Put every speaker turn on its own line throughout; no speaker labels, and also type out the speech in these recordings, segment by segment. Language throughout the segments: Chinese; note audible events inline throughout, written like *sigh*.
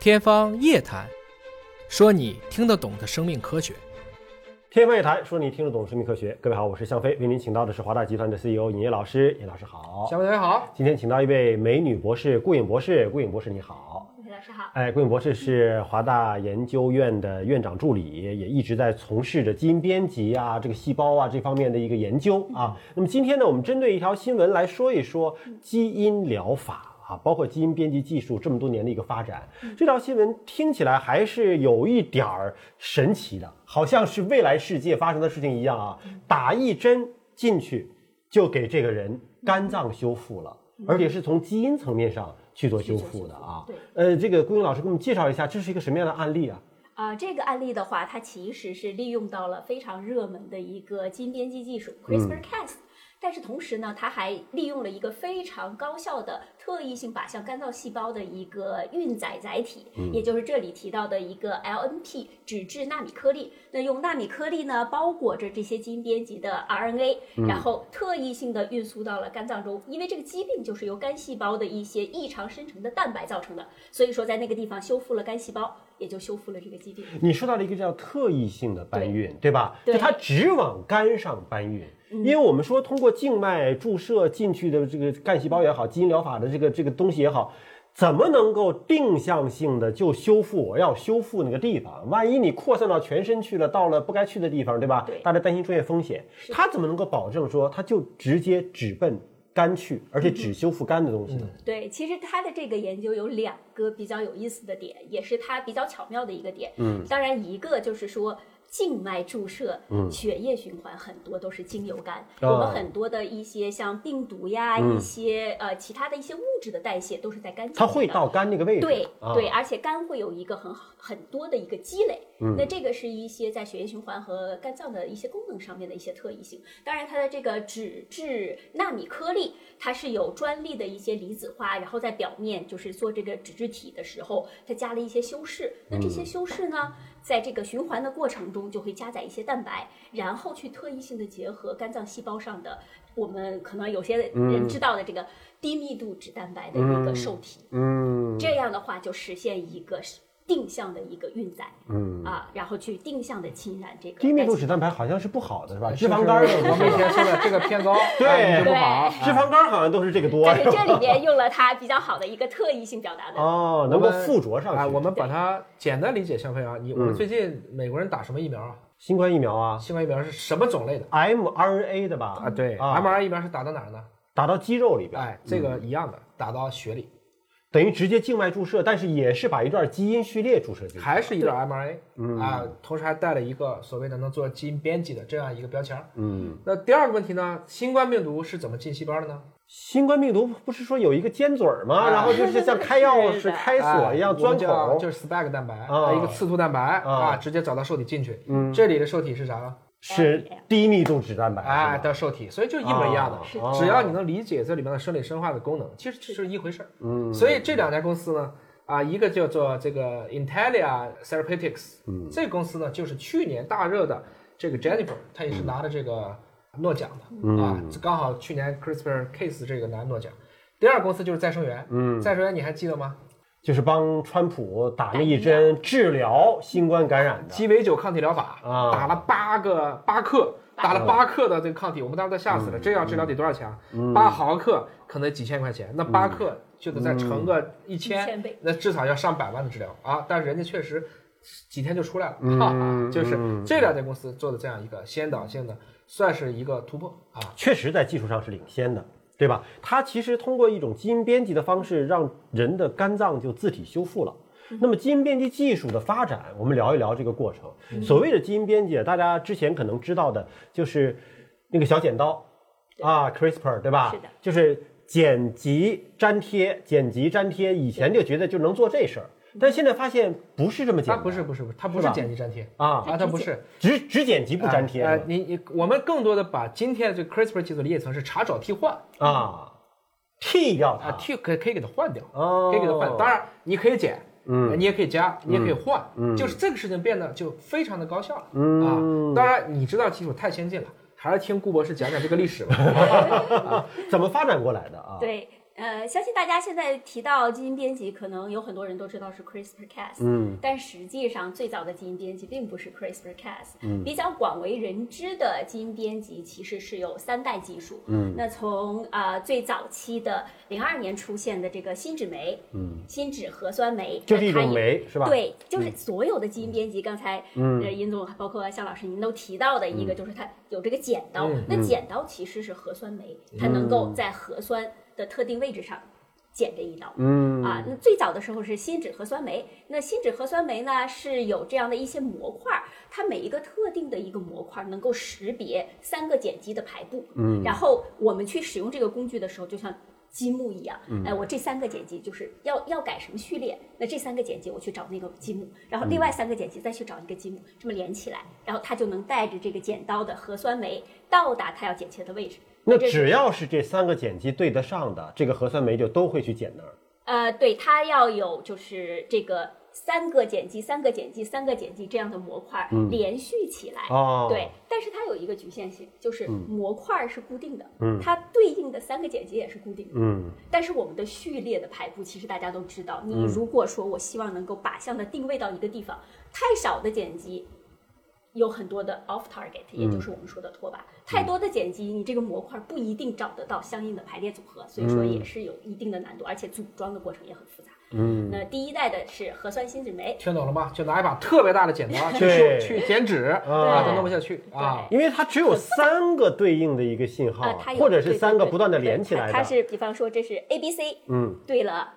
天方夜谭，说你听得懂的生命科学。
天方夜谭，说你听得懂生命科学。各位好，我是向飞，为您请到的是华大集团的 CEO 尹烨老师。尹老师好，
小朋友们好，
今天请到一位美女博士顾颖博士，顾颖博士你好。
老师好，
哎，顾颖博士是华大研究院的院长助理，也一直在从事着基因编辑啊、这个细胞啊这方面的一个研究啊。
嗯
那么今天呢，我们针对一条新闻来说一说基因疗法。啊，包括基因编辑技术这么多年的一个发展，
嗯
这条新闻听起来还是有一点儿神奇的，好像是未来世界发生的事情一样啊！
嗯
打一针进去就给这个人肝脏修复了，而且是从基因层面上嗯去做修复的啊。
对，
呃，这个顾云老师给我们介绍一下，这是一个什么样的案例啊？
啊、这个案例的话，它其实是利用到了非常热门的一个基因编辑技术 CRISPR-Cas，、但是同时呢，它还利用了一个非常高效的特异性靶向干燥细胞的一个运载载体，也就是这里提到的一个 LNP 脂质纳米颗粒。那用纳米颗粒呢包裹着这些基因编辑的 RNA，、然后特异性的运输到了肝脏中，因为这个疾病就是由肝细胞的一些异常生成的蛋白造成的，所以说在那个地方修复了肝细胞，也就修复了这个疾病。
你说到了一个叫特异性的搬
对
运，对吧？
对嗯
就它只往肝上搬运。因为我们说通过静脉注射进去的这个干细胞也好，基因疗法的这个这个东西也好，怎么能够定向性的就修复我要修复那个地方？万一你扩散到全身去了，到了不该去的地方，对吧？
对
大家担心出现风险，它怎么能够保证说它就直接只奔肝去，而
嗯
且只修复肝的东西呢？
对，其实他的这个研究有两个比较有意思的点，也是他比较巧妙的一个点。嗯，当然一个就是说。静脉注射，血液循环很多都是经由肝。
嗯哦嗯
我们很多的一些像病毒呀，一些呃其他的一些物质的代谢都是在肝经历的。
它会到肝那个位置，
对
啊、
对，而且肝会有一个很好很多的一个积累，
嗯
那这个是一些在血液循环和肝脏的一些功能上面的一些特异性。当然，它的这个脂质纳米颗粒，它是有专利的一些离子化，然后在表面就是做这个脂质体的时候，它加了一些修饰。那这些
嗯
修饰呢，在这个循环的过程中就会加载一些蛋白，然后去特异性的结合肝脏细胞上的。我们可能有些人知道的这个低密度脂蛋白的一个受体，
嗯，
这样的话就实现一个定向的一个运载，嗯啊，然后去定向的侵染这个
低密度
肝细
脂蛋白好像是不好的，是吧？
是
脂
不
肪
是
肝儿有
我
关
们以前说的这个偏高，
*laughs* 对
哎你就不
对
好。
脂肪肝好像都是这个多。 *laughs*
胞。但是
*laughs*
是吧
这里面用了它比较好的一个特异性表达的，
哦，能够附着上去。
啊，我们把它简单理解，向飞啊，你我
嗯
们最近美国人打什么疫苗啊？
新冠疫苗啊
新冠疫苗是什么种类的
，mRNA 的吧？
啊？对
啊
，mRNA 疫苗是打到哪儿呢？
打到肌肉里边，
哎，这个一样的，打到血里，
等于直接静脉注射，但是也是把一段基因序列注射进去。
还是一段
嗯
mRNA 啊，同时还带了一个所谓的能做基因编辑的这样一个标签儿。
嗯，
那第二个问题呢，新冠病毒是怎么进细胞的呢？
新冠病毒不是说有一个尖嘴儿吗？
哎
然后就是像开钥匙、开锁一样
哎我
钻
们叫
孔，
就是 spike 蛋白
啊
一个刺突蛋白
啊
啊，直接找到受体进去。嗯，这里的受体是啥呢？
是低密度脂蛋白。
哎
是吧
的受体，所以就一模一样的。
哦
只要你能理解这里面的生理生化的功能，其实是一回事儿。
嗯
所以这两家公司呢，啊，一个叫做这个 Intellia Therapeutics，嗯，这个公司呢就是去年大热的这个 Jennifer，她也是
嗯
拿了这个诺奖的、啊，刚好去年 CRISPR Case 这个拿诺奖。第二公司就是再生元，嗯，再生元你还记得吗？
就是帮川普打那一针治疗新冠感染的。
鸡尾酒抗体疗法
啊嗯
打了八个八克，打了八克的这个抗体，我们当时都吓死了。这要治疗得多少钱啊？
嗯
八毫克可能几千块钱，那八克就得再
嗯
乘个一
1000
千
倍，
那至少要上百万的治疗啊！但是人家确实几天就出来了，
嗯
哈哈，就是这两家公司做的这样一个先导性的，算是一个突破啊。
确实在技术上是领先的，对吧？它其实通过一种基因编辑的方式，让人的肝脏就自体修复了。
嗯
那么基因编辑技术的发展，我们聊一聊这个过
嗯
程。所谓的基因编辑，大家之前可能知道的就是那个小剪刀啊，CRISPR，对吧？
是的
就是剪辑粘贴，剪辑粘贴，以前就觉得就能做这事儿，
嗯
但现在发现不是这么简
它
单。
啊不是不是不是，它不
是
是
吧
剪辑粘贴
啊，
啊，它不是。
只只剪辑不粘贴
啊，
是
呃
吧
你你我们更多的把今天这个 CRISPR 技术理解成是查找替换
啊，剃掉它
啊，替可以可以给它换掉。
哦，
可以给它换。当然，你可以减，嗯，你也可以加，你也可以换，
嗯
就是这个事情变得就非常的高效了，啊。当然，你知道技术太
*laughs*
先进了，还是听顾博士讲讲这个历史吧。
怎么发展过来的啊？
对。呃，相信大家现在提到基因编辑，可能有很多人都知道是 CRISPR-Cas，
嗯
但实际上最早的基因编辑并不是 CRISPR-Cas，、比
嗯
较广为人知的基因编辑其实是有三代技术。嗯，那从啊、呃最早期的零二年出现的这个新脂酶，嗯，新脂核酸酶，
就是
那
一
它
种
也
酶是吧？，
对，就是所有的基因编辑，刚才呃尹总包括向老师您都提到的一个，就是它有这个剪刀
嗯。
那剪刀其实是核酸酶，它能够在核酸的特定位置上剪这一刀。
嗯
啊，那最早的时候是新脂核酸酶，那新脂核酸酶呢是有这样的一些模块儿，它每一个特定的一个模块儿能够识别三个碱基的排布，嗯，然后我们去使用这个工具的时候，就像积木一样，哎，我这三个碱基就是要要改什么序列，那这三个碱基我去找那个积木，然后另外三个碱基再去找一个积木，这么连起来，然后它就能带着这个剪刀的核酸酶到达它要剪切的位置。
那
这是
只要是这三个碱基对得上的，这个核酸酶就都会去碱那儿。
呃，对，它要有就是这个三个碱基、三个碱基、三个碱基这样的模块儿连续起来。
哦嗯
对，但是它有一个局限性，就是模块儿是固定的，它对应的三个碱基也是固定的。
嗯
但是我们的序列的排布，其实大家都知道，你如果说我希望能够靶向的定位到一个地方，太少的碱基。有很多的 off target，也
嗯
就是我们说的脱靶。太多的碱基，你这个模块不一定找得到相应的排列组合，所以说也是有一定的难度，而且组装的过程也很复杂。
嗯，
那第一代的是核酸新脂酶，
听懂了吗？就拿一把特别大的剪刀去
对
竖去剪纸啊，都弄不下去啊。
因为它只有三个对应的一个信号
啊，它
啊，
有
或者是
对对
三个
对
不断的
对
连起
它
来
它
的。
是比方说这是 A B C
嗯
对了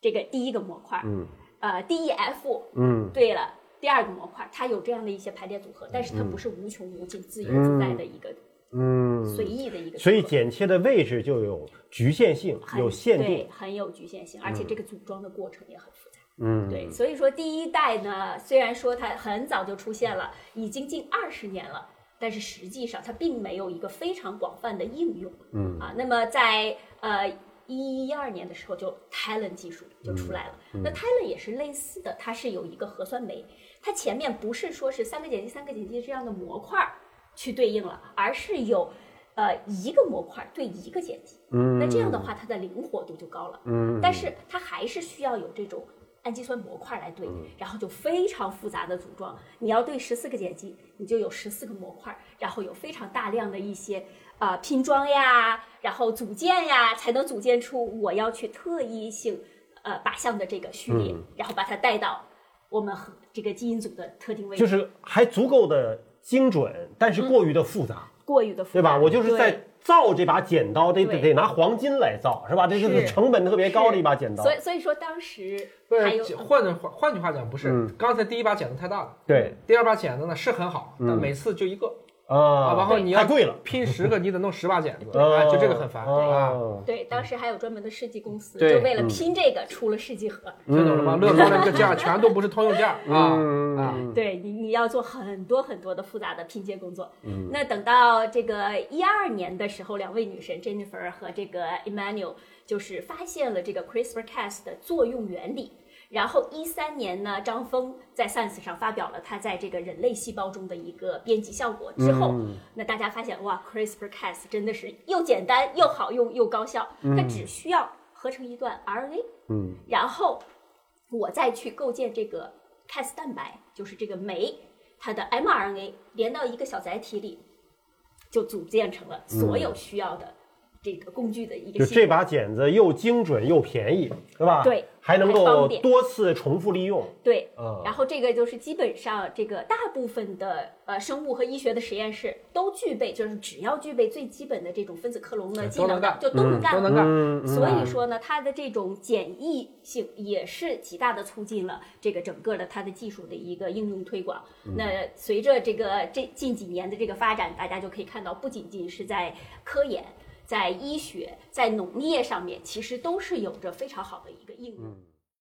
这个第一个模块，
嗯
呃 D E F
嗯
对了第二个模块，它有这样的一些排列组合，但是它不是无穷无尽、自由自在的一个
嗯，
随意的一个组合，
所以剪切的位置就有局限性，
很
有限定
对。，很有局限性，而且这个组装的过程也很复杂。
嗯，
对，所以说第一代呢，虽然说它很早就出现了，已经近二十年了，但是实际上它并没有一个非常广泛的应用。嗯啊，那么在呃。一一二年的时候，就 Talon 技术就
嗯
出来了。那 Talon 也是类似的，它是有一个核酸酶，它前面不是说是三个碱基、三个碱基这样的模块儿去对应了，而是有呃一个模块儿对一个碱基。嗯，那这样的话，它的灵活度就高了。嗯，但是它还是需要有这种氨基酸模块来对，
嗯
然后就非常复杂的组装。你要对十四个碱基，你就有十四个模块，然后有非常大量的一些啊拼装呀，然后组件呀，才能组建出我要去特异性呃靶向的这个序
嗯
列，然后把它带到我们和这个基因组的特定位置。
就是还足够的精准，但是过于的复杂，
过于的嗯复杂，
对吧？我就是
对
在造这把剪刀，得得
对
得拿黄金来造，是吧？这就是
是
成本特别高的一把剪刀
所。以所以说当时
不
还有
是，换换换句话讲，不是刚才第一把剪子太大了，
嗯对，嗯
第二把剪子呢是很好，但每次就一个
啊
啊，然后你要
太贵了，
拼十个，你得弄十把剪子
啊
啊，就这个很烦啊。
啊。
对，当时还有专门的试剂公司，
对
就为了拼这个出了试剂盒。
嗯
听懂了吗？乐高的这价全都不是通用价啊
嗯
啊！
对你，你要做很多很多的复杂的拼接工作。嗯，那等到这个一二年的时候，两位女神 Jennifer 和这个 Emmanuel 就是发现了这个 CRISPR-Cas 的作用原理。然后一三年呢，张峰在 Science 上发表了他在这个人类细胞中的一个编辑效果之后，那大家发现哇，CRISPR-Cas 真的是又简单又好用又高效，它只需要合成一段 RNA，
嗯，
然后我再去构建这个 Cas 蛋白，就是这个酶，它的 mRNA 连到一个小载体里，就组建成了所有需要的这个工具的一
嗯就
个系
这
统。
把剪子又精准又便宜，是吧？
对
还能
还
够
方便
多次重复利用。
对
啊，
然后这个就是基本上这个大部分的呃生物和医学的实验室都具备，就是只要具备最基本的这种分子克隆的技能的，
都
就都能干。
都能干，
嗯，
所以说呢，它的这种简易性也是极大的促进了这个整个的它的技术的一个应用推广。那随着这个这近几年的这个发展，大家就可以看到，不仅仅是在科研、在医学、在农业上面，其实都是有着非常好的一个应用。